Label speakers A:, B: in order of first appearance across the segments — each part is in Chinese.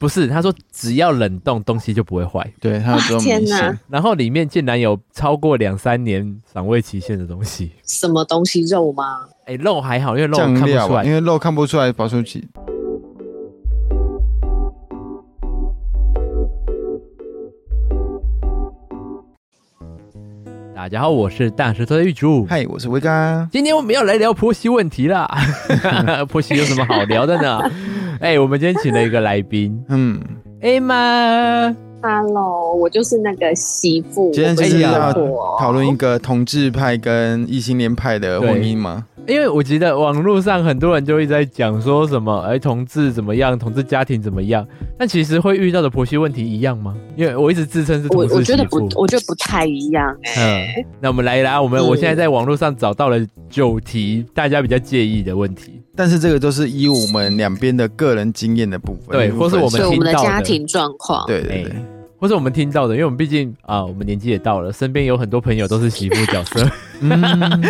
A: 不是，他说只要冷冻东西就不会坏，
B: 对他有这种
C: 啊天
B: 迷信
C: 哪，
A: 然后里面竟然有超过两三年赏味期限的东西。
C: 什么东西肉吗？
A: 哎、肉还好，因为肉看
B: 酱
A: 不
B: 料
A: 出
B: 吧，因
A: 来。
B: 为肉看不出来保存期。
A: 大家好，我是大舌头的玉竹。
B: 嗨，我是维刚，
A: 今天我们要来聊婆媳问题啦， 婆媳有什么好聊的 呢？哎、我们今天请了一个来宾
B: 嗯，
A: ，Emma。
C: Hello，我就是那个媳妇，
B: 今天
C: 我
B: 就
C: 不
B: 是
C: 是
B: 要
C: 老婆
B: 讨论一个同志派跟异性恋派的婚姻吗？
A: 因为我觉得网络上很多人就一直在讲说什么，哎，同志怎么样，同志家庭怎么样？但其实会遇到的婆媳问题一样吗？因为我一直自称是
C: 我
A: 同
C: 我
A: 志
C: 觉得
A: 媳
C: 不
A: 妇。，
C: 我觉得不太一样哎、
A: 嗯，那我们来啦，我们、
C: 嗯
A: 我现在在网络上找到了九题大家比较介意的问题，
B: 但是这个都是以我们两边的个人经验的部分，
A: 对
B: 部
A: 或
B: 分
A: 是我们
C: 所以我们的
A: 听到的
C: 家庭状况，
B: 对对对，
A: 或者我们听到的，因为我们毕竟啊，我们年纪也到了，身边有很多朋友都是媳妇角色，
B: 嗯，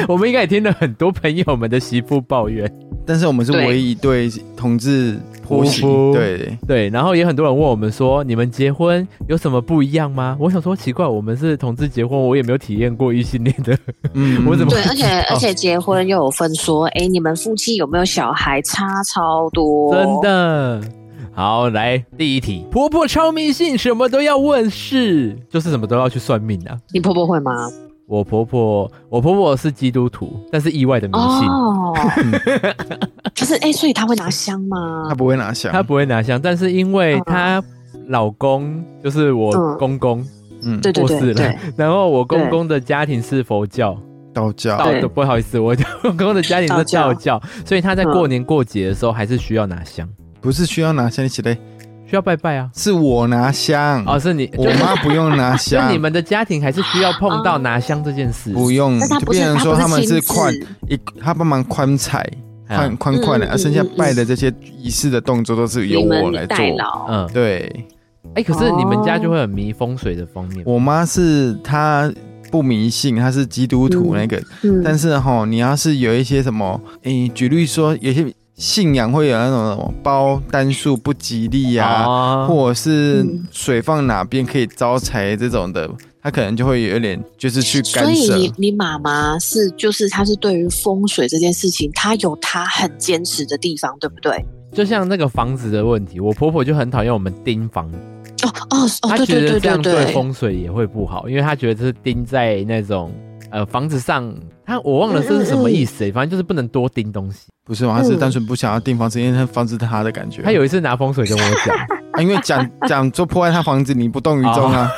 A: 我们应该也听了很多朋友们的媳妇抱怨，
B: 但是我们是
C: 对
B: 唯一对同志婆媳
A: 夫妇，
B: 对对，
A: 对，然后也很多人问我们说，你们结婚有什么不一样吗？我想说奇怪，我们是同志结婚，我也没有体验过异性恋的，
B: 嗯
A: 我怎么
C: 对，而且
A: 我知道
C: 而且结婚又有分说，哎、你们夫妻有没有小孩？差超多，
A: 真。的。好，来第一题，婆婆超迷信，什么都要问事，就是什么都要去算命啊。
C: 你婆婆会吗？
A: 我婆婆，我婆婆是基督徒，但是意外的迷信，
C: 哦，可是哎、诶所以她会拿香吗
B: 他？不会拿香，
A: 她不会拿香，但是因为她老公就是我
C: 哦嗯
A: 公公，
B: 嗯
C: 对对
A: 过世
C: 对
A: 了
C: 对，
A: 然后我公公的家庭是佛教，
B: 道教
A: 道
C: 对
A: 不好意思，我我公公的家庭是道
C: 道
A: 教，所以他在过年过节的时候还是需要拿香，
B: 不是需要拿香，你起来
A: 需要拜拜啊。
B: 是我拿香，
A: 哦，是你，
B: 嗯我
A: 就
B: 妈不用 拿
A: 就
B: 香
A: 你，们的家庭还是需要碰到拿香这件事。
B: 不用，
C: 但她
B: 就
C: 不
B: 变
C: 是，
B: 成说
C: 她
B: 他
C: 不
B: 们
C: 是
B: 是
C: 亲
B: 宽
C: 自，
B: 一，他帮忙宽裁。
A: 嗯
B: 宽宽宽的，
C: 嗯
B: 啊，剩下
C: 嗯嗯
B: 拜的这些仪式的动作都是由
C: 你
B: 我
C: 们
B: 来做。
C: 代劳，
A: 嗯，
B: 对
A: 哎，可是你们
C: 哦
A: 家就会很迷风水的方面。
B: 我妈是她不迷信，她是基督徒
C: 嗯
B: 那个，
C: 嗯
B: 但是哈，你要是有一些什么，诶、举例说，有些信仰会有那种什么包单数不吉利呀、
A: 哦，
B: 或者是
C: 嗯
B: 水放哪边可以招财这种的，她可能就会有点就是去
C: 所
B: 干
C: 以
B: 涉。
C: 你你妈妈是就是她是对于风水这件事情，她有她很坚持的地方，对不对？
A: 就像那个房子的问题，我婆婆就很讨厌我们钉房子，
C: 哦哦
A: 她
C: 哦，对
A: 觉
C: 对
A: 得
C: 对
A: 这
C: 对
A: 样对
C: 对，
A: 风水也会不好，因为她觉得这是钉在那种呃房子上，她我忘了这是什么意思，反正就是不能多钉东西。
B: 不是嘛？她是
C: 嗯
B: 单纯不想要订房子，因为她房子是她的感觉。
A: 她有一次拿风水跟我讲，
B: 啊，因为 讲讲说破坏她房子，你不动于衷啊。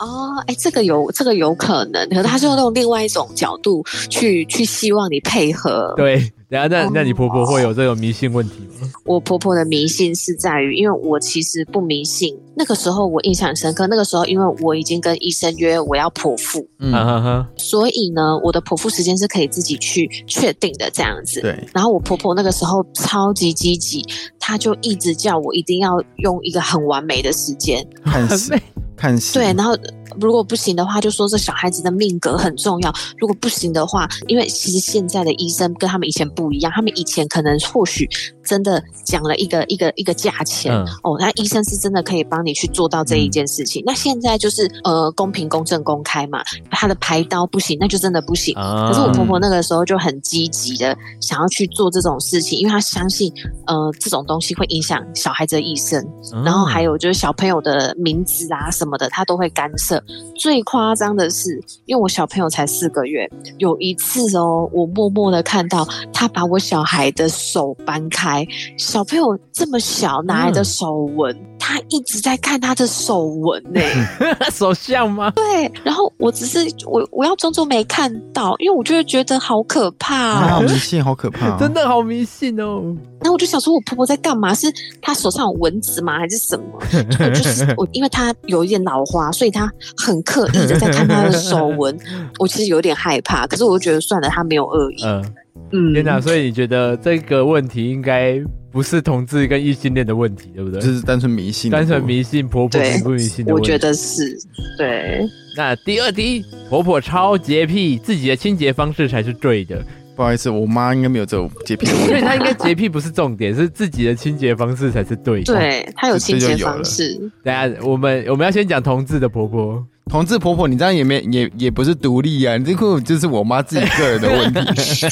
C: 哦，哎，这个有这个有可能，可是她是
A: 嗯
C: 用另外一种角度去去希望你配合。
A: 对，等下那那
C: 哦
A: 你婆婆会有这种迷信问题吗？
C: 我婆婆的迷信是在于，因为我其实不迷信。那个时候我印象很深刻，那个时候因为我已经跟医生约我要剖腹，
A: 啊
B: 嗯，
A: 哈哈，
C: 所以呢，我的剖腹时间是可以自己去确定的这样子。
B: 对，
C: 然后我婆婆那个时候超级积极，她就一直叫我一定要用一个很完美的时间。
B: 看
A: 很
B: 死
A: 累，
B: 看啊死。
C: 对，然后如果不行的话，就说这小孩子的命格很重要。如果不行的话，因为其实现在的医生跟他们以前不一样，他们以前可能或许真的讲了一个一个一个价钱。
A: 嗯，
C: 哦，那医生是真的可以帮你去做到这一件事情。那现在就是呃，公平、公正、公开嘛。他的排刀不行，那就真的不行。
A: 啊
C: 可是我婆婆那个时候就很积极的想要去做这种事情，因为她相信，呃，这种东西会影响小孩子的一生，然后还
A: 有
C: 有就是小朋友的名字啊什么的，她都会干涉。最夸张的是，因为我小朋友才四个月，有一次哦，我默默的看到她把我小孩的手搬开，小朋友这么小哪来的
A: 嗯
C: 手纹？她一直在看她的手纹呢、
A: 嗯 手相吗？
C: 对，然后我只是我我要装作没看到，因为我就会觉得好可怕、
B: 啊，
C: 哦。
B: 迷信好可怕、哦，
A: 真的好迷信哦。
C: 然后我就想说，我婆婆在干嘛？是她手上有蚊子吗？还是什么？就就是我，因为她有一点老花，所以她很刻意的在看她的手纹。我其实有点害怕，可是我就觉得算了，她没有恶意。
A: 嗯，
C: 嗯，
A: 天哪！所以你觉得这个问题应该不是同志跟异性恋的问题，对不
B: 就
A: 对？
B: 是单纯迷信的
A: 单
B: 部分，
A: 纯迷信婆婆
C: 对
A: 迷不迷信的
C: 我
A: 问题。
C: 觉得是对。
A: 那第二题，婆婆超洁癖，自己的清洁方式才是对的。
B: 不好意思，我妈应该没有这种洁癖的
A: 所
B: 问
A: 以
B: 题。
A: 他应该洁癖不是重点，是自己的清洁方式才是对的。，
C: 对，它有
B: 这
C: 清
B: 这就
C: 洁
B: 有了
C: 方式，
A: 等一下我们我们要先讲同志的婆 婆，
B: 同志婆婆，你这样也没也也不是独立啊，你这个就是我妈自己个人的问 题。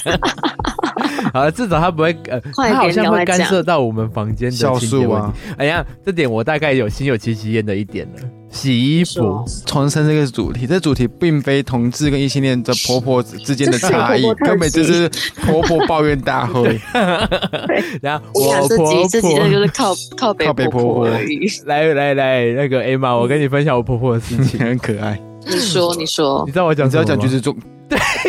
A: 好，至少她不会呃，
C: 快
A: 她好
C: 点
A: 像
C: 赶
A: 会
C: 快
A: 干
C: 讲
A: 涉到我们房间的
B: 酵
A: 清洁
B: 素
A: 问
B: 啊
A: 题。，哎呀，这点我大概有心有戚戚焉的一点了。洗衣服
C: 说，
B: 重申这个主题，这主题并非同志跟异性恋的婆婆之间的差异
C: 这是婆婆，特辑
B: 根本就是婆婆抱怨 大会。
A: 然后
C: 我想
A: 我
C: 自己
A: 婆
C: 自己
A: 婆
C: 那就是靠靠北
B: 靠北
C: 婆
B: 婆婆
C: 而已。
A: 来来来，那个 Emma，我跟你分享我婆婆的事 情。
B: 很可爱。
C: 你说，你说
A: 你，知道我讲
B: 你知
A: 什么
B: 道
A: 吗
B: 讲橘子中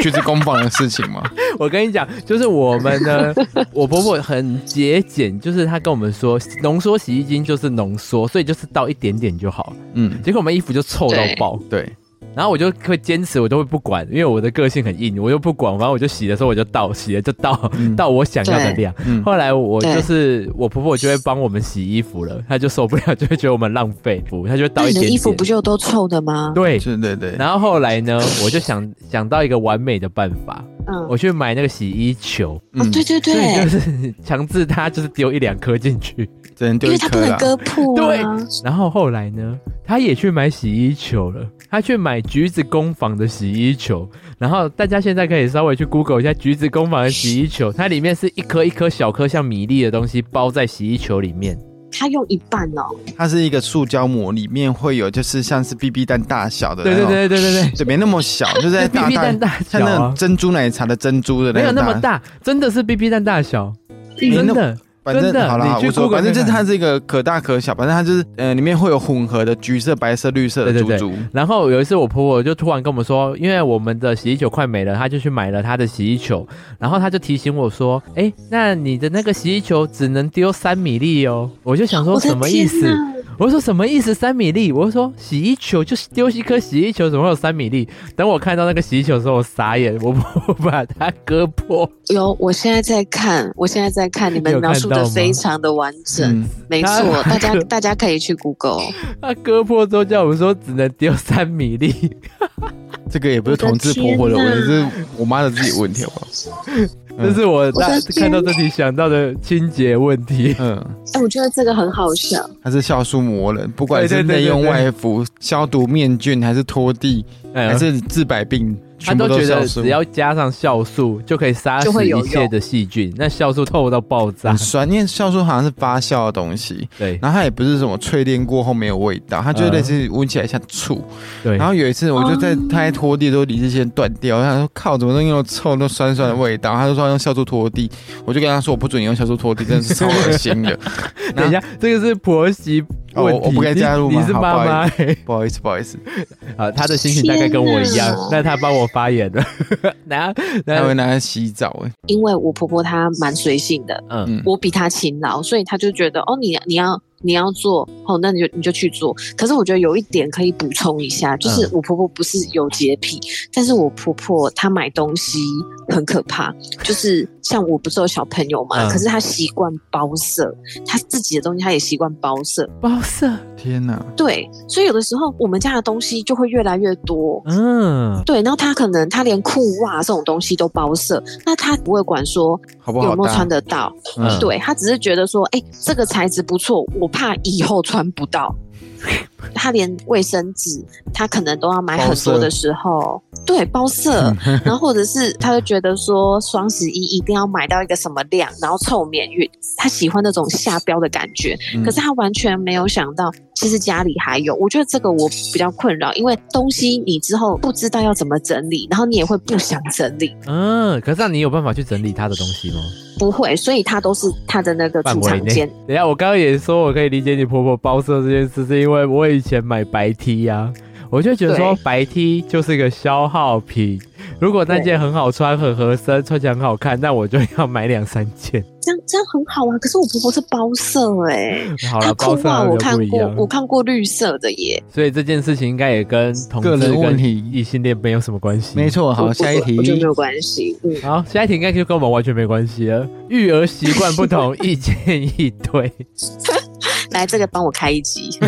B: 橘子工坊的事情吗？
A: 我跟你讲，就是我们 呢，我婆婆很节俭，就是她跟我们说，浓缩洗衣精就是浓缩，所以就是倒一点点就好。
B: 嗯，
A: 结果我们衣服就臭到
C: 对
A: 爆，
B: 对，
A: 然后我就会坚持，我都会不管，因为我的个性很硬，我就不管，反正我就洗的时候我就倒，洗了就倒，
B: 嗯
A: 倒我想要的量。
B: 嗯，
A: 后来我
C: 对
A: 就是我婆婆就会帮我们洗衣服了，她就受不了，就会觉得我们浪费服，她就会倒
C: 那
A: 一
C: 你
A: 点
C: 的
A: 点。
C: 衣服不就嗯都臭的吗？
A: 对，
B: 是，对对。
A: 然后后来呢，我就想想到一个完美的办法，
C: 嗯，
A: 我去买那个洗衣球，
B: 嗯
C: 哦，对
A: 所以
C: 对
A: 就
C: 对，
A: 是强制他就是丢一两颗进 去。
B: 只能
C: 因
B: 丢一
C: 为它不
B: 颗
C: 能
B: 啦。
C: 割铺
A: 对
C: 啊。
A: 然后后来呢，他也去买洗衣球了，他去买橘子工坊的洗衣球。然后大家现在可以稍微去 Google 一下橘子工坊的洗衣球，它里面是一颗一颗小颗像米粒的东西包在洗衣球里面。
C: 它用一半哦，
B: 它是一个塑胶膜，里面会有就是像是 BB 弹大小的，
A: 对对，对对对对。
B: 对，没那么小， 就是在大
A: BB 蛋大小
B: 像那种
A: 啊，
B: 珍珠奶茶的珍珠的
A: 没有那么
B: 大，
A: 大，真的是 BB 蛋大小，
B: 没
A: 真
B: 那么
A: 的。
B: 反正
A: 真的
B: 好啦，
A: 你去
B: 我说
A: Google
B: 反正就是
A: 看看
B: 它这个可大可小，反正它就是呃里面会有混合的橘色、白色、绿色的
A: 对
B: 珠
A: 对对
B: 珠，
A: 然后有一次，我婆婆就突然跟我们说，因为我们的洗衣球快没了，她就去买了她的洗衣球。然后她就提醒我说：“哎，那你的那个洗衣球只能丢三米粒哦。”我就想说
C: 我的
A: 什么意
C: 天
A: 思？
C: 哪
A: 我说什么意思？三米粒？我说洗衣球就是丢一颗洗衣球，怎么会有三米粒？等我看到那个洗衣球的时候，我傻眼，我我把它割破。
C: 有，我现在在看，我现在在看，你
A: 有
C: 们
A: 看
C: 描述
A: 到
C: 的
A: 吗
C: 非常的完整，
B: 嗯，
C: 没
A: 它
C: 错，大家
A: 它
C: 大家可以去 Google，
A: 她割破之后叫我们说只能丢三米粒，
B: 这个也不是同志婆婆的
A: 啊
B: 问题，这是我妈的自己问题，好不好？嗯
A: 这是我大
C: 我的天
A: 看到这里想到的清洁问题。
B: 嗯，
C: 哎、我觉得这个很好笑，
B: 它是酵素魔人，不管
A: 对对
B: 是
A: 对
B: 内
A: 对
B: 用
A: 对
B: 外敷、消毒面菌，还是拖地，
A: 哎
B: 还是治百病，
A: 他
B: 全部
A: 都觉
B: 是酵
A: 得
B: 素
A: 只要加上酵素就可以杀
C: 就
A: 死
C: 会
A: 一
C: 有
A: 切
C: 用
A: 的细菌，那酵素透到爆炸
B: 很。酸，因为酵素好像是发酵的东西，
A: 对
B: 嗯然后它也不是什么淬炼过后没有味道，它就类似闻起来像醋。
A: 对
B: 然，后有一次我就在
C: 哦
B: 它在拖地的时候，理智线断掉，我想说靠，怎么能用臭那酸酸的味道？他就说要用酵素拖地，我就跟他说我不准你用酵素拖地，真的是超恶心的。
A: 等一下，这个是婆媳
B: 哦
A: 问
B: 我
A: 题，
B: 我不该加入
A: 你
B: 吗
A: 你是
B: 好
A: 妈
B: 不
A: 妈
B: 好
A: 欸
B: 不好意思，不好意思，
A: 啊，她的心情大概跟我一样
C: 天，哪
A: 那她帮我发言了。 那
B: 他
A: 那
B: 会拿来洗澡哎、
C: 因为我婆婆她蛮随性的，
A: 嗯，
C: 我比她勤劳，所以她就觉得哦，你你要你要做，哦，那你就你就去做。可是我觉得有一点可以补充一下，就是
A: 嗯
C: 我婆婆不是有洁癖，但是我婆婆她买东西很可怕，就是像我不是有小朋友嘛，
A: 嗯
C: 可是她习惯包色，她自己的东西她也习惯包色，
A: 包色，
B: 天哪，
C: 对，所以有的时候我们家的东西就会越来越多，
A: 嗯，
C: 对，然后他可能他连裤袜这种东西都包色，那他不会管说
B: 好不好
C: 有没有
B: 搭
C: 穿？得到，
A: 嗯
C: 对他只是觉得说，哎、这个材质不错，我怕以后穿不 到。他连卫生纸，他可能都要买很多的时候，对包 色，然后或者是他就觉得说双十一一定要买到一个什么量，然后凑免运，他喜欢那种下标的感觉，
B: 嗯
C: 可是他完全没有想到，其实家里还有。我觉得这个我比较困扰，因为东西你之后不知道要怎么整理，然后你也会不想整理，
A: 嗯，可是那你有办法去整理她的东西吗？
C: 不会，所以他都是他的那个
A: 范
C: 储
A: 围
C: 藏
A: 内
C: 间。
A: 等一下，我刚刚也说我可以理解你婆婆包色这件事，是因为我以前买白 T 呀、我就觉得说
C: 对
A: 白 T 就是个消耗品。如果那件很好穿、很合身、穿起来很好看，那我就要买两三 件。
C: 这样这样很好啊。可是我婆婆是包色哎、
A: 好
C: 她
A: 了，包
C: 裤
A: 色
C: 袜
A: 好
C: 啊我
A: 像
C: 看
A: 不一
C: 过
A: 样，，
C: 我看过绿色的耶。
A: 所以这件事情应该也跟同志
B: 个人问
A: 跟
B: 题
A: 异性恋没有什么关系。
B: 没。错，
C: 我
B: 好，
C: 我
B: 下一题
C: 我觉得没有关系。嗯，
A: 好，下一题应该就跟我们完全没关系了。育儿习惯不同，意见一堆。
C: 来这个帮我开一集。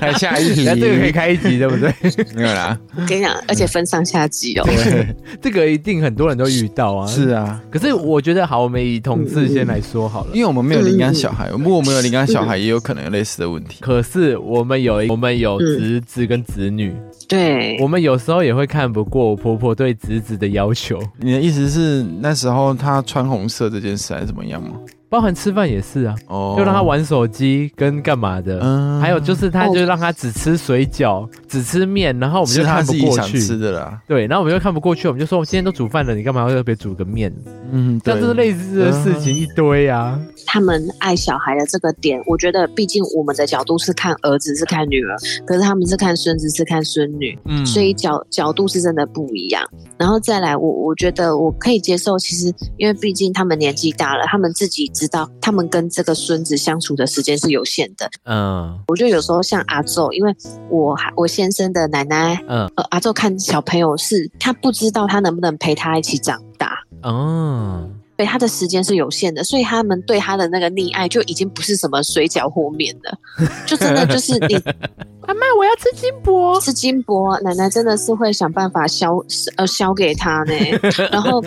B: 来 下一题，
A: 那 这个可以开一集，对不 对？
B: 没有啦，
C: 我跟你讲，而且分上下集哦。
A: 这个一定很多人都遇到啊。
B: 是，啊，
A: 可是我觉得好，我们以同志先来说好了。
B: 因为我们没有领养小孩，如果我们有领养小孩，也有可能有类似的问题。
A: 可是我们有我们
C: 嗯
A: 有侄子跟侄女，
C: 对，
A: 我们有时候也会看不过我婆婆对侄子的要求，
B: 你的意思是那时候他穿红色这件事还是怎么样吗？
A: 包含吃饭也是啊，
B: 哦，
A: 就让他，玩手机跟干嘛的。
B: 嗯
A: 还有就是，他
C: 哦
A: 就让他只吃水饺，只吃面，然后我们
B: 是
A: 就
B: 他
A: 看
B: 自
A: 不
B: 己
A: 过
B: 想吃
A: 去。
B: 的啦。
A: 对，然后我们就看不过去，我们就说，我哦今天都煮饭了，你干嘛要特别煮个面？
B: 嗯，
A: 像这类似的事情一堆啊。
C: 他们爱小孩的这个点，我觉得毕竟我们的角度是看儿子是看女儿，可是他们是看孙子是看孙女，
A: 嗯，
C: 所以角角度是真的不一样。然后再来，我我觉得我可以接受，其实因为毕竟他们年纪大了，他们自己知道，他们跟这个孙子相处的时间是有限的。
A: 嗯
C: 我觉得有时候像阿宙，因为我还我先生的奶奶，
A: 嗯
C: 呃，阿宙看小朋友是他不知道他能不能陪他一起长大。
A: 哦，
C: 对他的时间是有限的，所以他们对他的那个溺爱就已经不是什么水饺和面了，就真的就是你
A: 阿妈，我要吃金箔。
C: 吃金箔，奶奶真的是会想办法消呃消给他呢。然后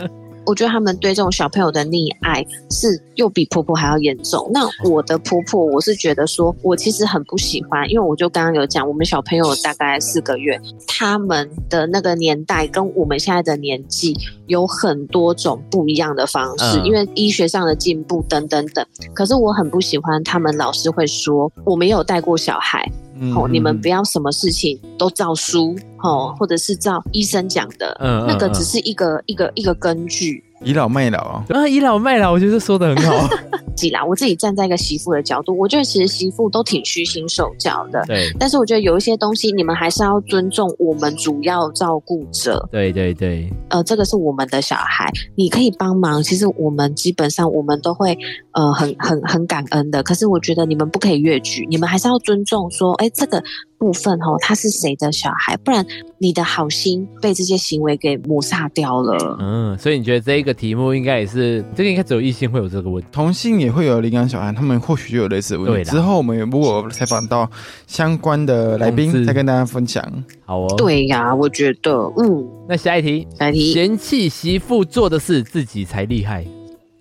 C: 我觉得他们对这种小朋友的溺爱是又比婆婆还要严重。那我的婆婆，我是觉得说我其实很不喜欢，因为我就刚刚有讲，我们小朋友大概四个月，他们的那个年代跟我们现在的年纪有很多种不一样的方式，
A: 嗯
C: 因为医学上的进步等等等。可是我很不喜欢他们老是会说我没有带过小孩。
A: 嗯
C: 哦，你们不要什么事情都照书哦，或者是照医生讲的，
A: 嗯嗯嗯
C: 那个
A: 嗯
C: 只是一个一个一个根据。
B: 倚老卖老啊，
A: 啊，倚老卖老，我觉得说的很 好。
C: 自己啦，我自己站在一个媳妇的角度，我觉得其实媳妇都挺虚心受教的，
A: 对
C: 但是我觉得有一些东西你们还是要尊重我们主要照顾者，
A: 对对对，
C: 呃，这个是我们的小孩，你可以帮忙。其实我们基本上我们都会呃很很很感恩的，可是我觉得你们不可以越矩，你们还是要尊重说，哎，这个部分哦，他是谁的小孩，不然你的好心被这些行为给抹杀掉了。
A: 嗯，所以你觉得这一个题目应该也是，这个应该只有异性会有这个问题。
B: 同性也会有领养小孩，他们或许就有类似的问
A: 对
B: 题。
A: 啦
B: 之后我们如果采访到相关的来
A: 同志
B: 宾，再跟大家分享。
A: 好哦，，
C: 对呀、我觉得，嗯，
A: 那下一题，
C: 来题，
A: 嫌弃媳妇做的事自己才厉害。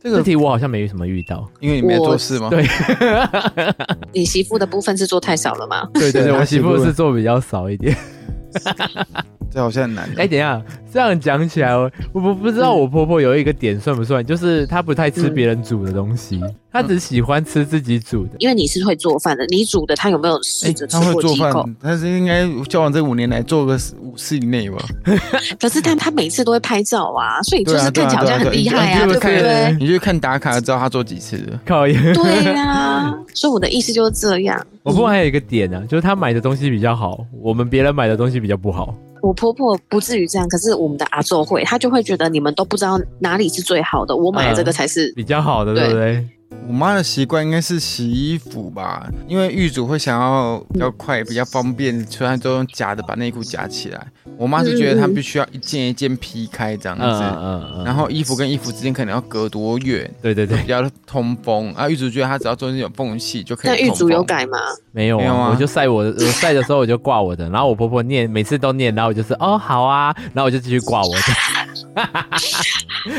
B: 这
A: 这
B: 个，
A: 题我好像没什么遇到，
B: 因为你没有做事吗？
A: 对
C: 你媳妇的部分是做太少了吗？
B: 对
A: 对对，我
B: 他
A: 媳妇是做比较少一点。
B: 这好像很难。啊
A: 哎，等一下，这样讲起来，我哦我不不知道我婆婆有一个点算不算，就是她不太吃别人煮的东西，她只喜欢吃自己煮的。
C: 因为你是会做饭的，你煮的他有没有试
B: 哎
C: 着吃
B: 他会
C: 过
B: 做
C: 几
B: 饭
C: 口？，
B: 他是应该交往这五年来做个五次以内吧？
C: 可是但他每次都会拍照啊，所以就
B: 对啊
C: 是看起来好像很厉害
A: 对啊
C: 啊，
A: 对
C: 对
A: 啊
C: 不
A: 对啊
C: 对？
B: 你就看打卡知道他做几次了。
A: 靠呀！
C: 对呀、所以我的意思就是这样。
A: 我婆婆还有一个点呢、啊，就是她买的东西比较好，我们别人买的东西比较不好。
C: 我婆婆不至于这样，可是我们的阿宙会，她就会觉得你们都不知道哪里是最好的，我买的这个才是。
A: 比较好的，对
C: 对
A: 不对？
B: 我妈的习惯应该是洗衣服吧，因为狱主会想要比较快、比较方便，所以她都用夹的把内裤夹起来。我妈是觉得她必须要一件一件劈开这样
A: 嗯嗯
B: 子，
A: 嗯嗯，
B: 然后衣服跟衣服之间可能要隔多远，
A: 对对对
B: 比，较通风啊。狱主觉得她只要中间有缝隙就可以
C: 那
B: 通风。
C: 玉竹有改吗？
A: 没有啊，
B: 没有啊
A: 我就晒 我的，我晒的时候我就挂我的，然后我婆婆念，每次都念，然后我就是哦好啊，然后我就继续挂我的。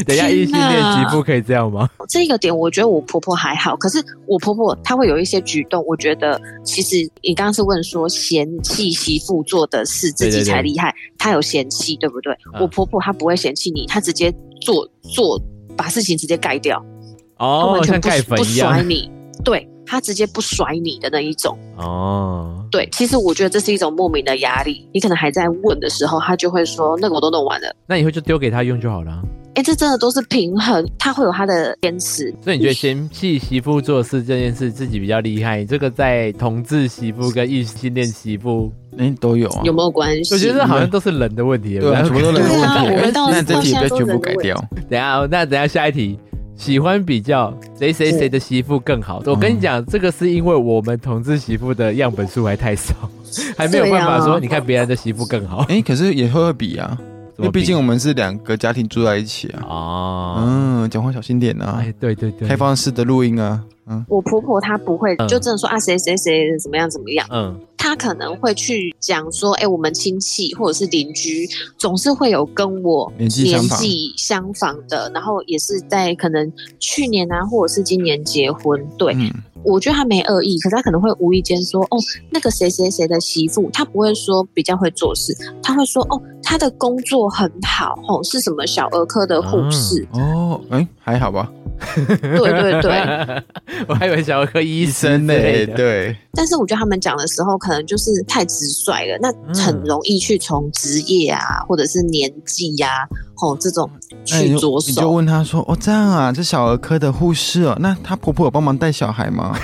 A: 等一下，
C: 天
A: 异性恋
C: 哪
A: 媳妇可以这样吗？
C: 这个点我觉得我婆婆还好，可是我婆婆她会有一些举动，我觉得其实你刚刚是问说嫌弃媳妇做的事自己才厉害，她有嫌弃对不对？
A: 嗯
C: 我婆婆她不会嫌弃你，她直接做做把事情直接盖掉，她
A: 哦
C: 完，全
A: 像
C: 不
A: 盖粉
C: 不
A: 一
C: 甩
A: 样。
C: 你，对她直接不甩你的那一种。
A: 哦，
C: 对，其实我觉得这是一种莫名的压力。你可能还在问的时候，他就会说：“那个我都弄完了。
A: 那以后就丢给她用就好了啊。”
C: 哎，这真的都是平衡，他会有他的坚持。
A: 所以你觉得嫌弃媳妇做的事这件事自己比较厉害，这个在同志媳妇跟异性恋媳妇，
B: 哎、都有啊
C: 有。没有关系？
A: 我觉得好像都是人的问题。
B: 对 啊，
A: 不
B: 全
A: 太
B: 部都能
C: 对啊
B: 问
C: 我
B: 题
C: 们。到
B: 哎那这题
C: 到
B: 被
C: 现在
B: 全部
C: 都
B: 改
C: 人
B: 掉。
A: 等一下，那等一下下一题，喜欢比较谁谁谁的媳妇更好。我跟你讲，这个是因为我们同志媳妇的样本数还太少，还没有办法
C: 对
A: 说
C: 啊
A: 你看别人的媳妇更 好。
B: 哎、可是也会会比啊，因为毕竟我们是两个家庭住在一起啊。
A: 啊，
B: 嗯，讲话小心点啊，
A: 哎，对对对，
B: 开放式的录音啊。嗯
C: 我婆婆她不会
A: 嗯
C: 就真的说啊谁谁谁怎么样怎么样，
A: 嗯，
C: 她可能会去讲说，哎、我们亲戚或者是邻居总是会有跟我
B: 年纪相仿
C: 纪相仿的，然后也是在可能去年啊或者是今年结婚，对，
B: 嗯，
C: 我觉得他没恶意，可是他可能会无意间说，哦，那个谁谁谁的媳妇，他不会说比较会做事，他会说，哦，他的工作很好，吼、是什么小儿科的护士，
B: 哦，哎，还好吧，啊
A: 哎
C: 对 对对。
A: 我还以为小儿科医
B: 医生
A: 生
B: 呢
A: 呢，？
B: 对，
C: 但是我觉得他们讲的时候，可能就是太直率
B: 嗯
C: 了，那很容易去从职业啊，或者是年纪呀、啊，吼、这种
B: 那哎你就
C: 去着
B: 你就
C: 手。
B: 问他说：“哦，这样啊，这小儿科的护士哦，那她婆婆有帮忙带小孩 吗？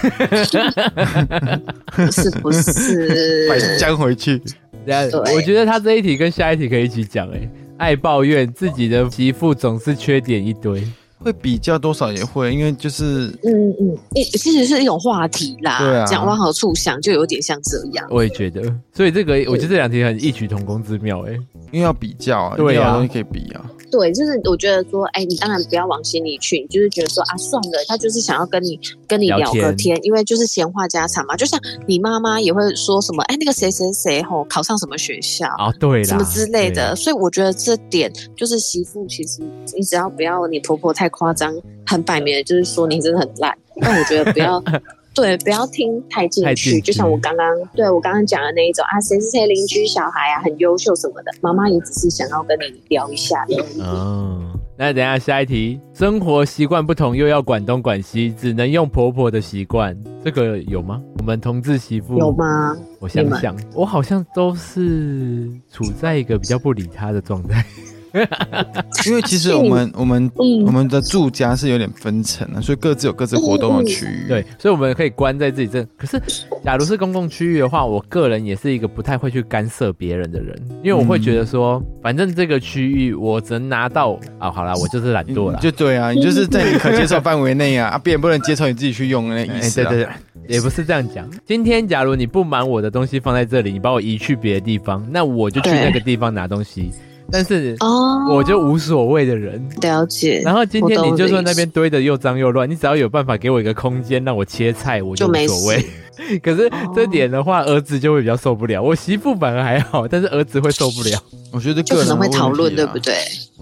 C: 是不
B: 把
C: 是？
B: 将回去。
A: 对啊
C: 对
A: 我觉得他这一题跟下一题可以一起讲，哎，爱抱怨自己的媳妇总是缺点一堆，”
B: 会比较多少也会，因为就是
C: 嗯嗯，你其实是一种话题啦，
B: 对啊
C: 讲往好处想，就有点像这样。
A: 我也觉得，所以这个我觉得这两题很异曲同工之妙，哎，
B: 因为要比较啊，
A: 对啊
B: 因为有东西可以比啊。
C: 对，就是我觉得说，哎，你当然不要往心里去，你就是觉得说啊，算了，他就是想要跟你跟你
A: 聊
C: 聊个
A: 天
C: 天，因为就是闲话家常嘛。就像你妈妈也会说什么，哎，那个谁谁谁吼考上什么学校。
A: 哦，对啦，
C: 什么之类的，
A: 对，
C: 所以我觉得这点就是媳妇，其实你只要不要你婆婆太夸张，很摆明的就是说你真的很烂。但我觉得 不要，对，不要听太进
A: 太进
C: 去。
A: 去
C: 就像我刚刚对我刚刚讲的那一种啊，谁谁谁邻居小孩啊，很优秀什么的，妈妈也只是想要跟你聊一下而 已。
A: 嗯，那等一下下一题，生活习惯不同又要管东管西，只能用婆婆的习惯，这个有吗？我们同志媳妇
C: 有？吗？
A: 我想
C: 你们
A: 想，我好像都是处在一个比较不理她的状 态。
B: 因为其实我们我们
C: 嗯
B: 我们的住家是有点分层的，所以各自有各自活动的区域。
A: 嗯对，，所以我们可以关在自己这。可是，假如是公共区域的话，我个人也是一个不太会去干涉别人的人，因为我会觉得说，反正这个区域我只能拿到啊，好啦，我就是懒惰啦。
B: 就对啊，你就是在你可接受范围内啊，啊，别人不能接受，你自己去用那意
A: 哎，
B: 思
A: 对
B: 啊。
A: 对对，也不是这样讲。今天假如你不满我的东西放在这里，你把我移去别的地方，那我就去
C: 对
A: 那个地方拿东西。但是
C: 哦，
A: 我就无所谓的人。
C: 了解，
A: 然后今
C: 我
A: 天
C: 懂
A: 你就
C: 的
A: 算
C: 意
A: 那
C: 思
A: 边堆的又脏又乱，你只要有办法给我一个空间让我切菜，我
C: 就
A: 无
C: 没哦
A: 所谓。 可是这点的话，儿子就会比较受不了。我媳妇反而还好，但是儿子会受不了。
B: 我觉得
C: 就
B: 个人
C: 可
B: 的
C: 能会讨论，
B: 问题
C: 对
B: 啊
C: 不？对？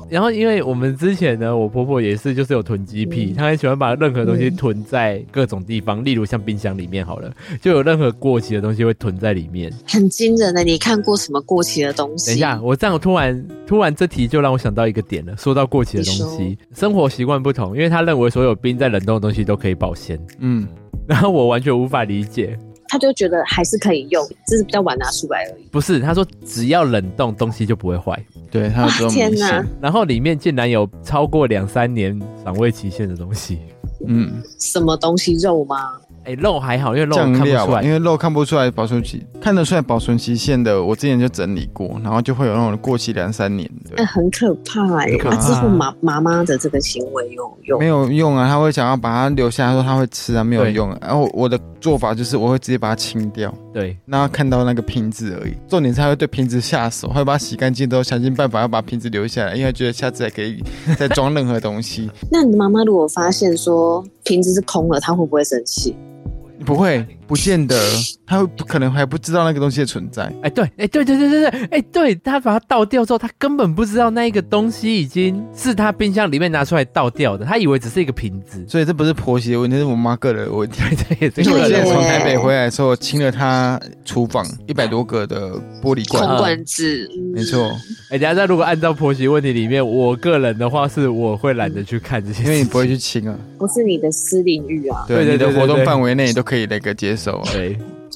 A: 然后因为我们之前呢，我婆婆也是就是有囤积癖，
C: 嗯
A: 她很喜欢把任何东西囤在各种地方，例如像冰箱里面好了，就有任何过期的东西会囤在里面。
C: 很惊人的，你看过什么过期的东西？
A: 等一下，，我这样突然突然这题就让我想到一个点了，说到过期的东
C: 你
A: 西，生活习惯不同，因为她认为所有冰在冷冻的东西都可以保鲜。
B: 嗯，
A: 然后我完全无法理解，
C: 他就觉得还是可以用，只是比较晚拿出来而已。
A: 不是他说只要冷冻东西就不会坏，
B: 对，他有这种
C: 天
B: 迷信。
C: 哪
A: 然后里面竟然有超过两三年赏味期限的东西。
B: 嗯，
C: 什么东西肉吗？
A: 哎，肉还好，因为肉看
B: 酱
A: 不
B: 料
A: 出
B: 吧，因
A: 来。
B: 为肉看不出来保存期，看得出来保存期限的，我之前就整理过，然后就会有那种过期两三年
C: 那、
B: 的，
C: 很可怕哎、
B: 很可
C: 欸！
B: 怕
C: 啊，之后妈妈妈的这个行为有用
B: 没，有用啊，他会想要把它留下来，说他会吃啊，没有用、啊。然后我的做法就是我会直接把它清掉，
A: 对，
B: 让他看到那个瓶子而已。重点是他会对瓶子下手，他会把它洗干净之后，想尽办法要把瓶子留下来，因为他觉得下次还可以再装任何东西。
C: 那你妈妈如果发现说瓶子是空了，她会不会生气？
B: 不会，不见得，他会不可能还不知道那个东西的存在。
A: 哎对，哎对对对对对，哎对他把它倒掉之后，他根本不知道那一个东西已经是他冰箱里面拿出来倒掉的，他以为只是一个瓶子。
B: 所以这不是婆媳的问题，这是我妈个人的问题。
A: 对对，也是
B: 因为
A: 个
B: 我之前
A: 人
B: 从
A: 问题
B: 台北回来的时候，清了她厨房一百多个的玻璃
C: 空
B: 罐，
C: 罐子，嗯
B: 没错，
A: 哎，等一下，那如果按照婆媳问题里面，我个人的话是我会懒得去看这些事情，
B: 因为你不会去清啊，
C: 嗯不是你的私领域啊。
B: 对，
A: 对对
B: 你的
A: 对
B: 活动
A: 对
B: 范围内都可以那个接受啊。
A: 对，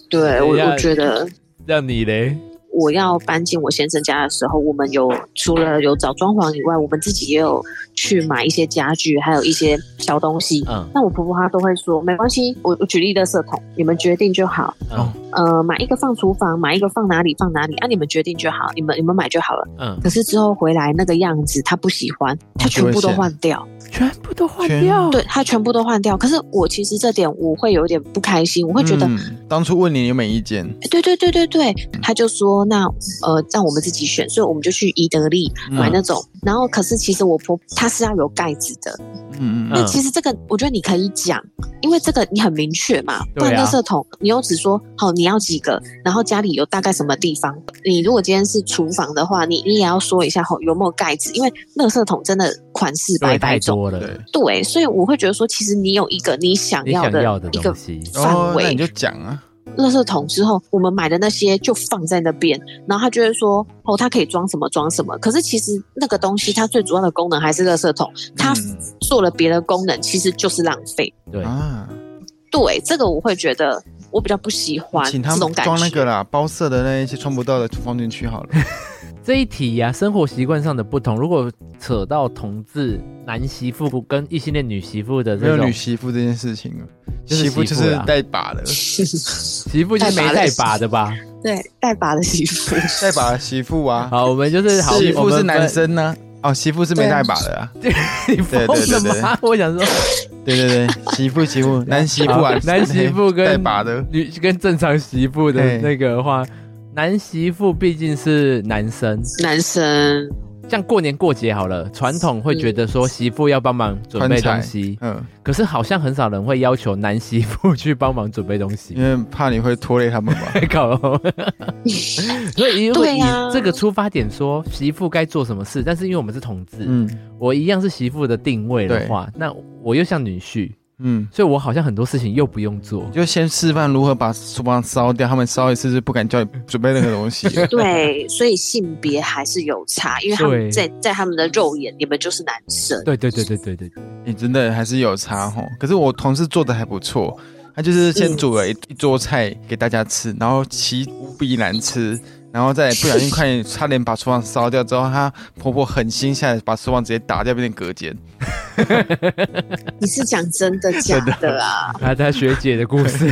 C: 对
A: 等
C: 我，
A: 一下
C: 我觉得
A: 让你嘞，
C: 我要搬进我先生家的时候，我们有除了有找装潢以外，我们自己也有去买一些家具，还有一些小东西。
A: 嗯
C: 那我婆婆她都会说没关系，我我举例垃圾桶，你们决定就好。
A: 嗯
C: 呃，买一个放厨房，买一个放哪里放哪里，啊，你们决定就好，你们你们买就好了。
A: 嗯，
C: 可是之后回来那个样子，她不喜欢，她全部都换掉，
A: 全部都换
B: 全
A: 掉，
C: 对她全部都换掉。可是我其实这点我会有点不开心，我会觉得，
B: 嗯、当初问你有没有意见，
C: 欸对对对对对，她就说嗯
A: 嗯
B: 嗯
C: 那呃让我们自己选，所以我们就去宜得利买那种。然后可是其实我婆她是要有盖子的。
B: 嗯嗯
C: 那
A: 嗯
C: 其实这个，我觉得你可以讲，因为这个你很明确嘛。不然
A: 对啊
C: 垃圾桶，你又只说好你要几个，然后家里有大概什么地方。你如果今天是厨房的话，你你也要说一下吼有没有盖子，因为垃圾桶真的款式
A: 对，
C: 百
A: 太
C: 百种。
A: 多了，
B: 对。
C: 对，所以我会觉得说，其实你有一个你想
A: 你
C: 要
A: 想
C: 的
A: 要的
C: 一个
A: 东西，
B: 哦
C: 范，
B: 那
C: 围
B: 你就讲啊，
C: 垃圾桶之后，我们买的那些就放在那边，然后他就会说，哦，它可以装什么装什么。可是其实那个东西它最主要的功能还是垃圾桶，它
B: 嗯
C: 做了别的功能，其实就是浪费。
A: 对，
B: 啊，
C: 对，这个我会觉得我比较不喜欢
B: 请他
C: 这种
B: 们
C: 感
B: 装那
C: 觉。
B: 个啦，包色的那一些穿不到的放进去好了。
A: 这一题呀、生活习惯上的不同，如果扯到同志男媳妇跟异性恋女媳妇的
B: 没
A: 这
B: 有
A: 种
B: 女，媳妇这件事情啊，
A: 就是
B: 媳妇就
A: 媳妇
B: 是
A: 啦
B: 带把的，
A: 媳妇就是没带把的吧？
C: 对，带把的媳妇，
B: 带把的媳妇 啊，
A: 好，我们就是好，
B: 媳
A: 我
B: 妇
A: 们
B: 是
A: 分
B: 男，生呢、哦，媳妇是没带把的啊，
A: 你疯
B: 对对
A: 了
B: 对对
A: 吗？我 想说，
B: 对 对对，媳妇媳妇，男媳妇啊
A: 好，男媳妇跟
B: 带把的，
A: 女跟正常媳妇的
B: 嘿
A: 那个话，男媳妇毕竟是男生，
C: 男生
A: 像过年过节好了，传统会觉得说媳妇要帮忙准备东西，
B: 嗯，
A: 可是好像很少人会要求男媳妇去帮忙准备东西
B: 因。为怕你会拖累 他们嘛，
A: 搞哦，所以如果
C: 对
A: 以
C: 呀，
A: 这个出发点说媳妇该做什么事，但是因为我们是同志，
B: 嗯
A: 我一样是媳妇的定位的话，那我又像女婿，
B: 嗯，
A: 所以我好像很多事情又不用做
B: 你。就先示范如何把厨房烧掉，他们烧一次就不敢叫你准备任何东西了
C: 对，所以性别还是有差，因为他
A: 对
C: 们在在他们的肉眼，你们就是男生。
A: 对对对对对对，对
B: 你、真的还是有差吼。可是我同事做的还不错。他就是
C: 嗯
B: 先煮了一一桌菜给大家吃，然后其无比难吃，然后再不小心快 点差点把厨房烧掉之后，她婆婆狠心下来把厨房直接打掉，变成隔间。
C: 你是讲真的假 的啊？
A: 啊，他学姐的故 事，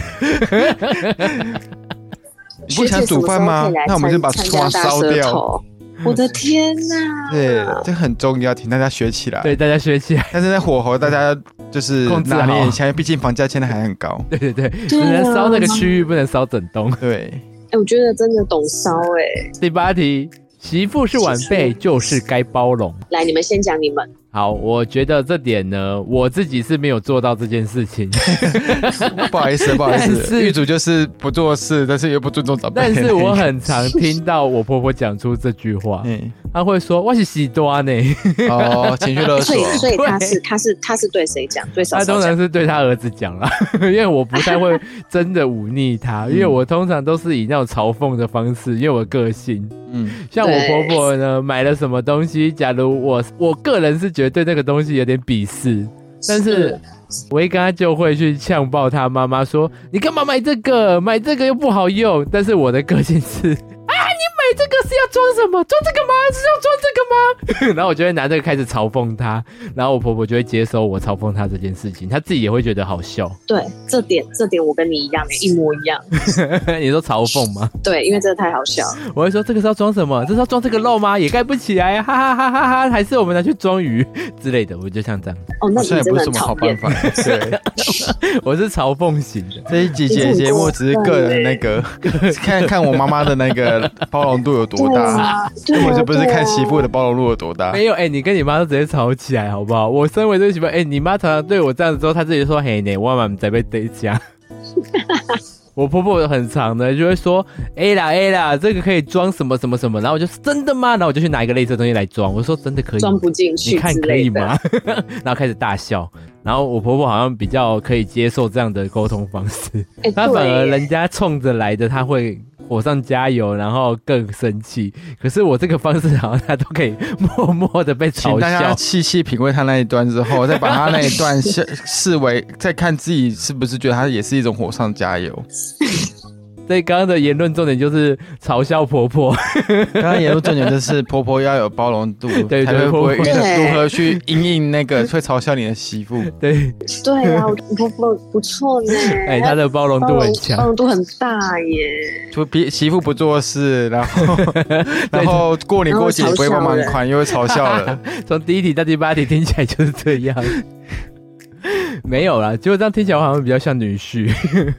B: 你不想煮饭吗
C: 学姐什么时候可以来
B: 那我们就把
C: 参
B: 厨房
C: 参加
B: 烧
C: 大
B: 掉
C: 舌头我的天呐、
B: 对，这很重要，请大家学起来。
A: 对大家学起来，
B: 但是在火候，大家就是
A: 控制好
B: 拿捏一下，毕竟房价现在还很高。
A: 对对对，只
C: 对啊
A: 能烧那个区域，不能烧整栋。
B: 对，
C: 哎、我觉得真的懂烧哎、
A: 第八题，媳妇是晚辈，就是该包容。
C: 来，你们先讲你们。
A: 好，我觉得这点呢，我自己是没有做到这件事 情。
B: 不好意思，不好意
A: 但是
B: 思，狱主就是不做事，但是又不尊重长辈。
A: 但是我，很常听到我婆婆讲出这句话，
B: 嗯，
A: 她会说：“我是喜多啊 呢。
B: 哦，情绪勒索
C: 所以，，所以
A: 对
C: 他是他是他是对谁讲？对”
B: 啊
C: 嫂
A: 她
C: 嫂
A: 通
C: 讲
A: 常。是对她儿子讲啦， 因为我不太会真的忤逆她，因为我通常都是以那种嘲讽的方式，因为我个性。
B: 嗯，
A: 像我
C: 对
A: 婆婆呢，买了什么东西，假如我我个人是觉得对那个东西有点鄙视，但是
C: 嗯
A: 我一跟她就会去呛爆她妈妈说：“你干嘛买这个？买这个又不好用。”但是我的个性是。啊买这个是要装什么？装这个吗？是要装这个吗？ 然后我就会拿这个开始嘲讽她，然后我婆婆就会接收我嘲讽她这件事情，她自己也会觉得好笑。
C: 对这点这点我跟你一样欸，一模一样。
A: 你说嘲讽吗？
C: 对，因为真的太好笑了。
A: 我会说这个是要装什么？这是要装这个肉吗？也盖不起来呀、哈哈哈哈哈！还是我们拿去装鱼 之类的，我就像这样，
C: 哦，那
B: 好
C: 你
B: 像也
C: 真
B: 不
C: 的
B: 是
C: 很
B: 什么
C: 讨
B: 好办
C: 厌。
B: 法。 对，
A: 我是嘲讽型的。
B: 这一集节节目只是个人那个，
C: 欸
B: 看看我妈妈的那个包容度有多
C: 对
B: 大，
C: 啊，对
B: 根
C: 啊，
B: 本就不是看媳妇的
C: 的。
B: 包容度有多大。
A: 没有，哎、你跟你妈都直接吵起来，好不好？我身为这个媳妇，哎、你妈常常对我这样子之后，她自己说：“嘿呢，我妈在被对家。” 我婆婆很长的就会说：“哎、啦哎、啦，这个可以装什么什么什么。”然后我就说真的吗？然后我就去拿一个类似的东西来装，我说真的可以吗，
C: 装不进
A: 你
C: 去
A: 看
C: 之
A: 可以
C: 类的，嗯
A: 吗？ 然后开始大笑。然后我婆婆好像比较可以接受这样的沟通方式，
C: 哎
A: 她反而
C: 对耶
A: 人家冲着来的，她会火上加油，然后更生气。可是我这个方式好像她都可以默默的被
B: 请
A: 嘲
B: 大家
A: 笑。
B: 细细品味他那一段之后，再把他那一段 视视为，再看自己是不是觉得他也是一种火上加 油。
A: 所以刚刚的言论重点就是嘲笑婆婆，
B: 刚刚言论重点就是婆婆要有包容度，
A: 对
B: 才会不会
A: 对
B: 遇到
C: 对
B: 如何去应应那个会嘲笑你的媳妇。
A: 对，
C: 对啊，我不不不错 呢。
A: 哎，她的包容
C: 包
A: 度很
C: 容包
A: 强，
C: 容度很大耶。
B: 就别媳妇不做事，然 后然后过年过节也不会帮忙款，又会嘲笑 了。
A: 从第一题到第八题听起来就是 这样。没有啦，结果这样听起来我好像比较像女婿。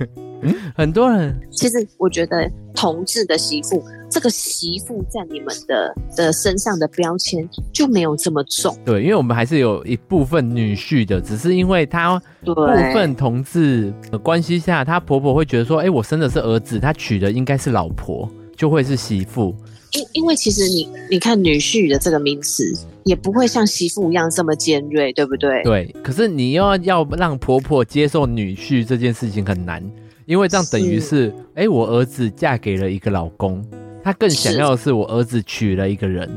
C: 嗯
A: 很多人
C: 其实我觉得同志的媳妇，这个媳妇在你们的的身上的标签就没有这么重，
A: 对，因为我们还是有一部分女婿的，只是因为他
C: 对，
A: 部分同志呃关系下，她婆婆会觉得说，哎、我生的是儿子，她娶的应该是老婆，就会是媳妇。
C: 因因为其实你你看女婿的这个名词，也不会像媳妇一样这么尖锐，对不对？
A: 对，可是你又要让婆婆接受女婿这件事情很难，因为这样等于是，哎、我儿子嫁给了一个老公，她更想要的是我儿子娶了一个人，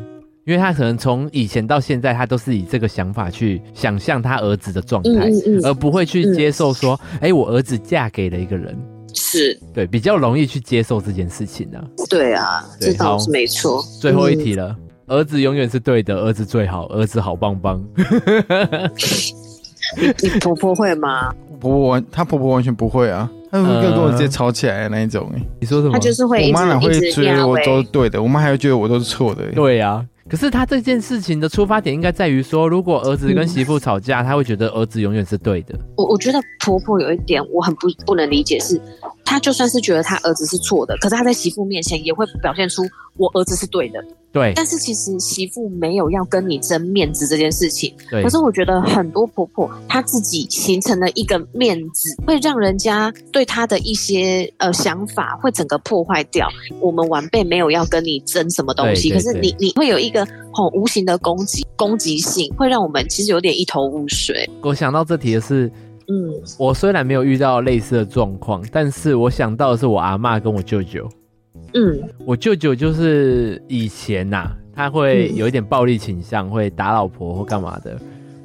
A: 因为她可能从以前到现在，她都是以这个想法去想象她儿子的状态，
C: 嗯嗯嗯，
A: 而不会去接受说，哎、我儿子嫁给了一个人，
C: 是，
A: 对，比较容易去接受这件事情呢、
C: 对啊，
A: 对
C: 这倒
A: 好
C: 是没错。
A: 最后一题了。儿子永远是对的，儿子最好，儿子好棒棒。
C: 嗯，你婆婆会吗？
B: 我婆婆完，她婆婆完全不会啊，她会跟我直接吵起来的那一种、欸。
A: 你说什么？
C: 她就是会一
B: 我妈哪
C: 直
B: 会
C: 一直
B: 觉得
C: 压
B: 我
C: 喂
B: 都是对的，我妈还会觉得我都是错的、欸。
A: 对呀、可是他这件事情的出发点应该在于说，如果儿子跟媳妇吵架，他会觉得儿子永远是对的。
C: 我我觉得婆婆有一点我很不不能理解是，她就算是觉得她儿子是错的，可是她在媳妇面前也会表现出我儿子是对的。
A: 对
C: 但是其实媳妇没有要跟你争面子这件事情。
A: 对
C: 可，是我觉得很多婆婆她自己形成了一个面子，会让人家对她的一些呃想法会整个破坏掉。我们晚辈没有要跟你争什么东西，
A: 对对
C: 可是你你会有一个很、无形的攻击攻击性，会让我们其实有点一头雾水。
A: 我想到这题的是，
C: 嗯，
A: 我虽然没有遇到类似的状况，但是我想到的是我阿嬷跟我舅舅。
C: 嗯，
A: 我舅舅就是以前呐、他会有一点暴力倾向，会打老婆或干嘛的。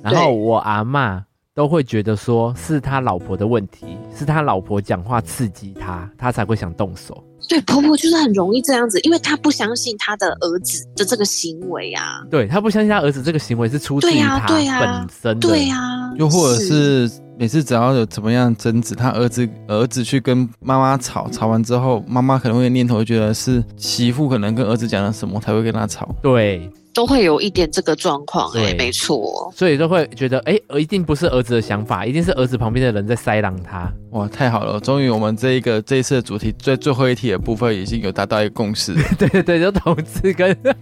A: 然后
C: 对
A: 我阿嬷都会觉得说是他老婆的问题，是他老婆讲话刺激他，他才会想动手。
C: 对，婆婆就是很容易这样子，因为她不相信她的儿子的这个行为啊。
A: 对他不相信他儿子这个行为是出自于
C: 对呀
B: 啊
A: 他
C: 对呀
A: 本身的，
C: 对啊呀、
B: 又或者是每次只要有怎么样争执，他儿子儿子去跟妈妈吵，吵完之后，妈妈可能会有念头觉得是媳妇可能跟儿子讲了什么才会跟他吵。
A: 对，
C: 都会有一点这个状况，哎、
A: 对
C: 没错。
A: 所以都会觉得，哎、一定不是儿子的想法，一定是儿子旁边的人在塞狼他。
B: 哇，太好了！终于我们这一个这一次的主题最最后一题的部分已经有达到一个共识了。
A: 对对对，就同志跟，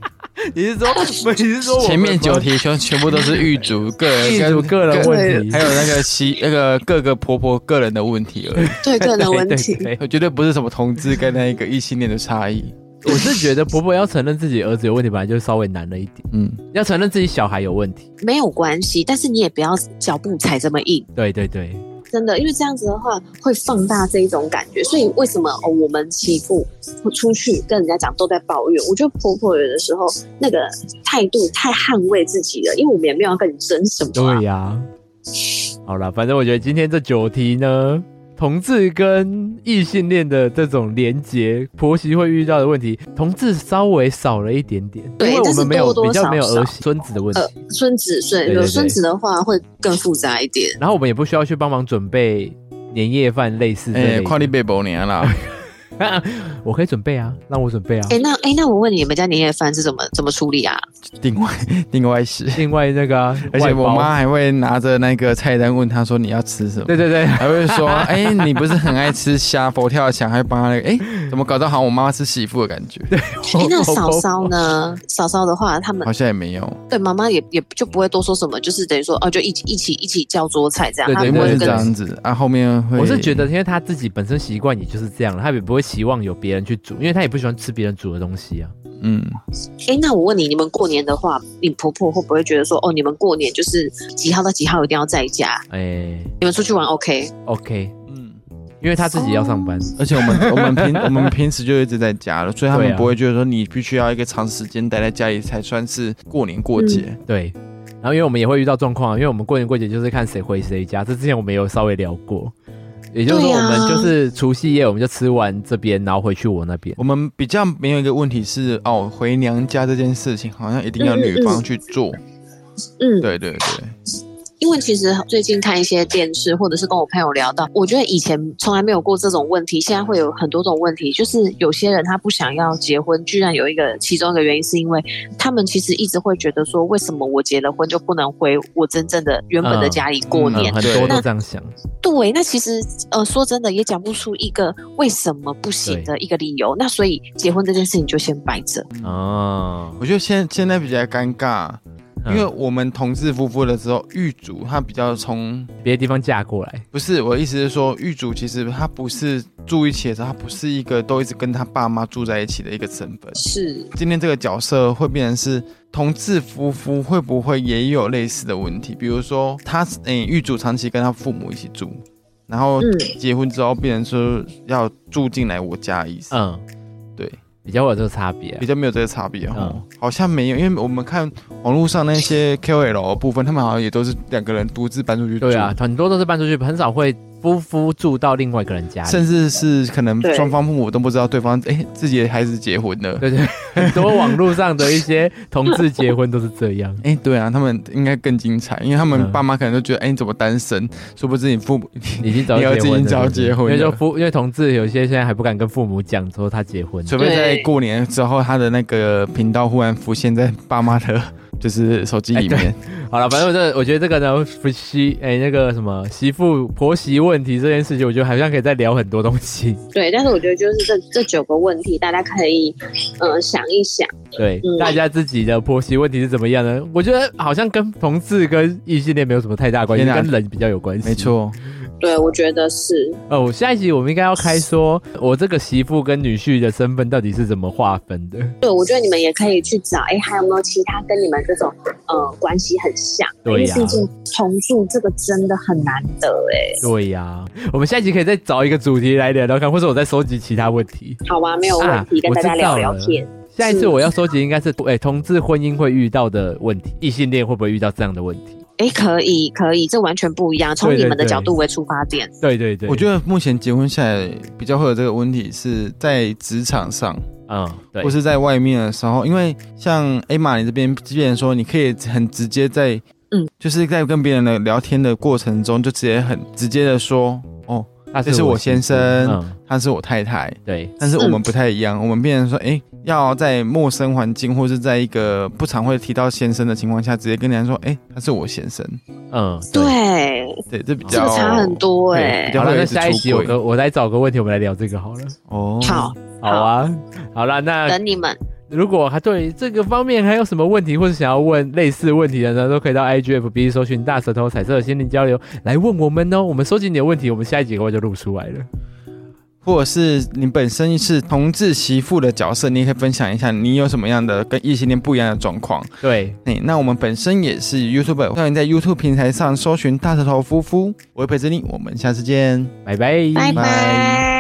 A: 你是说，不你是说我们
B: 前面九题全全部都是狱主 个人
A: 地
B: 跟
A: 主哦个人问题
B: 还，有那个媳那个各个婆婆个人的问题 而已，
C: 对个人
A: 对
C: 问
A: 对
C: 题，
A: 对，
B: 绝对不是什么同志跟那一个异性恋的差异。
A: 我是觉得婆婆要承认自己儿子有问题，本来就稍微难了一点，
B: 嗯，
A: 要承认自己小孩有问题。
C: 没有关系，但是你也不要脚步踩这么硬，
A: 对对对，
C: 真的，因为这样子的话会放大这一种感觉。所以为什么哦，我们媳妇出去跟人家讲都在抱怨？我觉得婆婆有的时候那个态度太捍卫自己了，因为我们也没有要跟你争什么、啊。
A: 对呀、好了，反正我觉得今天这九题呢，同志跟异性恋的这种连结，婆媳会遇到的问题，同志稍微少了一点点，
C: 对
A: 因为我
C: 但是
A: 们没有
C: 多多
A: 比较
C: 少
A: 没有
C: 少
A: 儿媳孙子的问题。
C: 呃，孙子孙
A: 对对
C: 有
A: 对
C: 孙子的话会更复杂一点。
A: 然后我们也不需要去帮忙准备年夜饭类似这
B: 哎、
A: 类
B: 跨
A: 的。
B: 立贝伯年啦，
A: 我可以准备啊，让我准备啊。
C: 哎，那哎，那我问你，你们家年夜饭是怎么怎么处理啊？
B: 另外另外是。
A: 另外那个啊、
B: 而且
A: 外
B: 我
A: 包
B: 妈，还会拿着那个菜单问他说你要吃什么，
A: 对对对，
B: 还会说 哎、你不是很爱吃虾佛跳墙，还会帮他那个哎、怎么搞得好像我妈妈是媳妇的感觉，
C: 哎，那
A: 我
C: 嫂嫂？呢？嫂嫂的话，他们
B: 好像也没有，
C: 对妈妈也也就不会多说什么，就是等于说哦，就一起一起一起叫桌菜这样，
A: 对
C: 他
A: 对
B: 应
C: 不
B: 该
A: 对
C: 会
B: 是这
C: 跟
B: 样子啊。后面会
A: 我是觉得，因为她自己本身习惯也就是这样了，她也不会期望有别人去煮，因为她也不喜欢吃别人煮的东西啊。
B: 嗯，
C: 哎，那我问你，你们过年的话，你婆婆会不会觉得说，哦，你们过年就是几号到几号一定要在家？
A: 哎、
C: 你们出去玩 OK？
A: o k
B: 嗯，
A: 因为她自己要上班。
C: 哦
B: 而且我 们我们平我们平时就一直在家了，所以他
A: 对
B: 们
A: 啊
B: 不会觉得说你必须要一个长时间待在家里才算是过年过节。
A: 对，然后因为我们也会遇到状况啊，因为我们过年过节就是看谁回谁家，这之前我们也有稍微聊过。也就是说，
C: 对
A: 我
C: 啊
A: 们就是除夕夜我们就吃完这边，然后回去我那边。
B: 我们比较没有一个问题是哦，回娘家这件事情好像一定要女方去做，
C: 嗯，
B: 对对对，
C: 因因为其实最近看一些电视，或者是跟我朋友聊到，我觉得以前从来没有过这种问题，现在会有很多种问题。就是有些人他不想要结婚，居然有一个其中一个原因是因为他们其实一直会觉得说，为什么我结了婚就不能回我真正的原本的家里过
B: 嗯
C: 年？
A: 很多都这样想，
C: 对，那其实呃说真的也讲不出一个为什么不行的一个理由。那所以结婚这件事情就先摆着。
A: 哦，
B: 我觉得现现在比较尴尬，因
A: 嗯
B: 为我们同志夫妇的时候，狱主他比较从
A: 别的地方嫁过来，
B: 不是我的意思是说，狱主其实他不是住一起的时候，他不是一个都一直跟他爸妈住在一起的一个身份。
C: 是，
B: 今天这个角色会变成是同志夫妇，会不会也有类似的问题？比如说他诶，狱主长期跟他父母一起住，然后
C: 嗯
B: 结婚之后变成说要住进来我家的意思。
A: 嗯，
B: 对，
A: 比较会有这个差别啊
B: 比，较没有这个差别哈、
A: 嗯
B: 好像没有，因为我们看网络上那些 KOL 的部分，他们好像也都是两个人独自搬出去住，
A: 对啊，很多都是搬出去，很少会夫妇住到另外一个人家里，
B: 甚至是可能
C: 对
B: 双方父母都不知道对方哎、诶自己的孩子结婚了，
A: 对对，很多网络上的一些同志结婚都是这样，
B: 哎、对啊，他们应该更精彩，因为他们
A: 嗯
B: 爸妈可能都觉得哎、诶你怎么单身，殊不知你父母
A: 已经早就
B: 你儿
A: 结
B: 子已
A: 婚
B: 经
A: 了，对
B: 早
A: 不对
B: 结婚
A: 因为
B: 了
A: 就夫，因为同志有些现在还不敢跟父母讲说他结婚，
B: 除非在
C: 对
B: 过年之后，他的那个频道忽然浮现在爸妈的，就是手机里
A: 哎对
B: 面。
A: 好了，反正我这我觉得这个呢，夫妻哎、那个什么媳妇婆媳问题这件事情，我觉得好像可以再聊很多东西。
C: 对。但是我觉得就是这这九个问题，大家可以呃想一想。
A: 对，
C: 嗯
A: 大家自己的婆媳问题是怎么样呢？我觉得好像跟同志跟异性恋没有什么太大关系，
B: 天哪
A: 跟人比较有关系。
B: 没。错，
C: 对，我觉得是。
A: 哦，我下一集我们应该要开说，我这个媳妇跟女婿的身份到底是怎么划分 的？
C: 对，我觉得你们也可以去找，哎，还有没有其他跟你们这种呃关系很像？
A: 对
C: 因
A: 呀
C: 为毕竟同住这个真的很难得哎。
A: 对呀、我们下一集可以再找一个主题来聊聊看，或者我再收集其他问题。
C: 好啊，没有问
A: 啊
C: 题，跟
A: 我
C: 大
A: 知
C: 家聊
A: 道
C: 聊
A: 了
C: 天。
A: 下一次
C: 是
A: 我要收集应该是，哎、同志婚姻会遇到的问题，异性恋会不会遇到这样的问题？
C: 哎，可以，可以，这完全不一样，从
A: 对对
C: 你们的
A: 对
C: 角度为出发点。
A: 对对对，
B: 我觉得目前结婚下来比较会有这个问题是在职场上，
A: 嗯，对
B: 或，是在外面的时候，因为像艾玛你这边，即便说你可以很直接在，
C: 嗯，
B: 就是在跟别人的聊天的过程中，就直接很直接的说，哦，
A: 他
B: 这是我先
A: 媳妇
B: 生
A: 嗯，
B: 她是我太太。
A: 对，
B: 但是我们不太一样，我们变成说，哎、要在陌生环境或是在一个不常会提到先生的情况下，直接跟人家说，哎、他是我先生。
A: 嗯，
C: 对，
B: 对，这比
C: 这
B: 较
C: 个差很多
B: 对
C: 哎
B: 比。较
A: 好
B: 会
A: 了，
B: 有
A: 那
B: 一直
A: 下一
B: 出
A: 集我
B: 轨
A: 跟我再找个问题，我们来聊这个好了。
B: 哦。
C: 好，
A: 好啊，好了，那
C: 等你们。
A: 如果还对这个方面还有什么问题，或者想要问类似问题的呢，都可以到 IGFB 搜寻“大舌头彩色的心灵交流”来问我们哦。我们收集你的问题，我们下一集的话就录出来了。
B: 或者是你本身是同志媳妇的角色，你也可以分享一下你有什么样的跟异性恋不一样的状况。
A: 对，
B: 哎、那我们本身也是 YouTuber，欢迎在 YouTube 平台上搜寻大舌头夫妇。我是裴之令，我们下次见。
A: 拜拜，
B: 拜
C: 拜拜。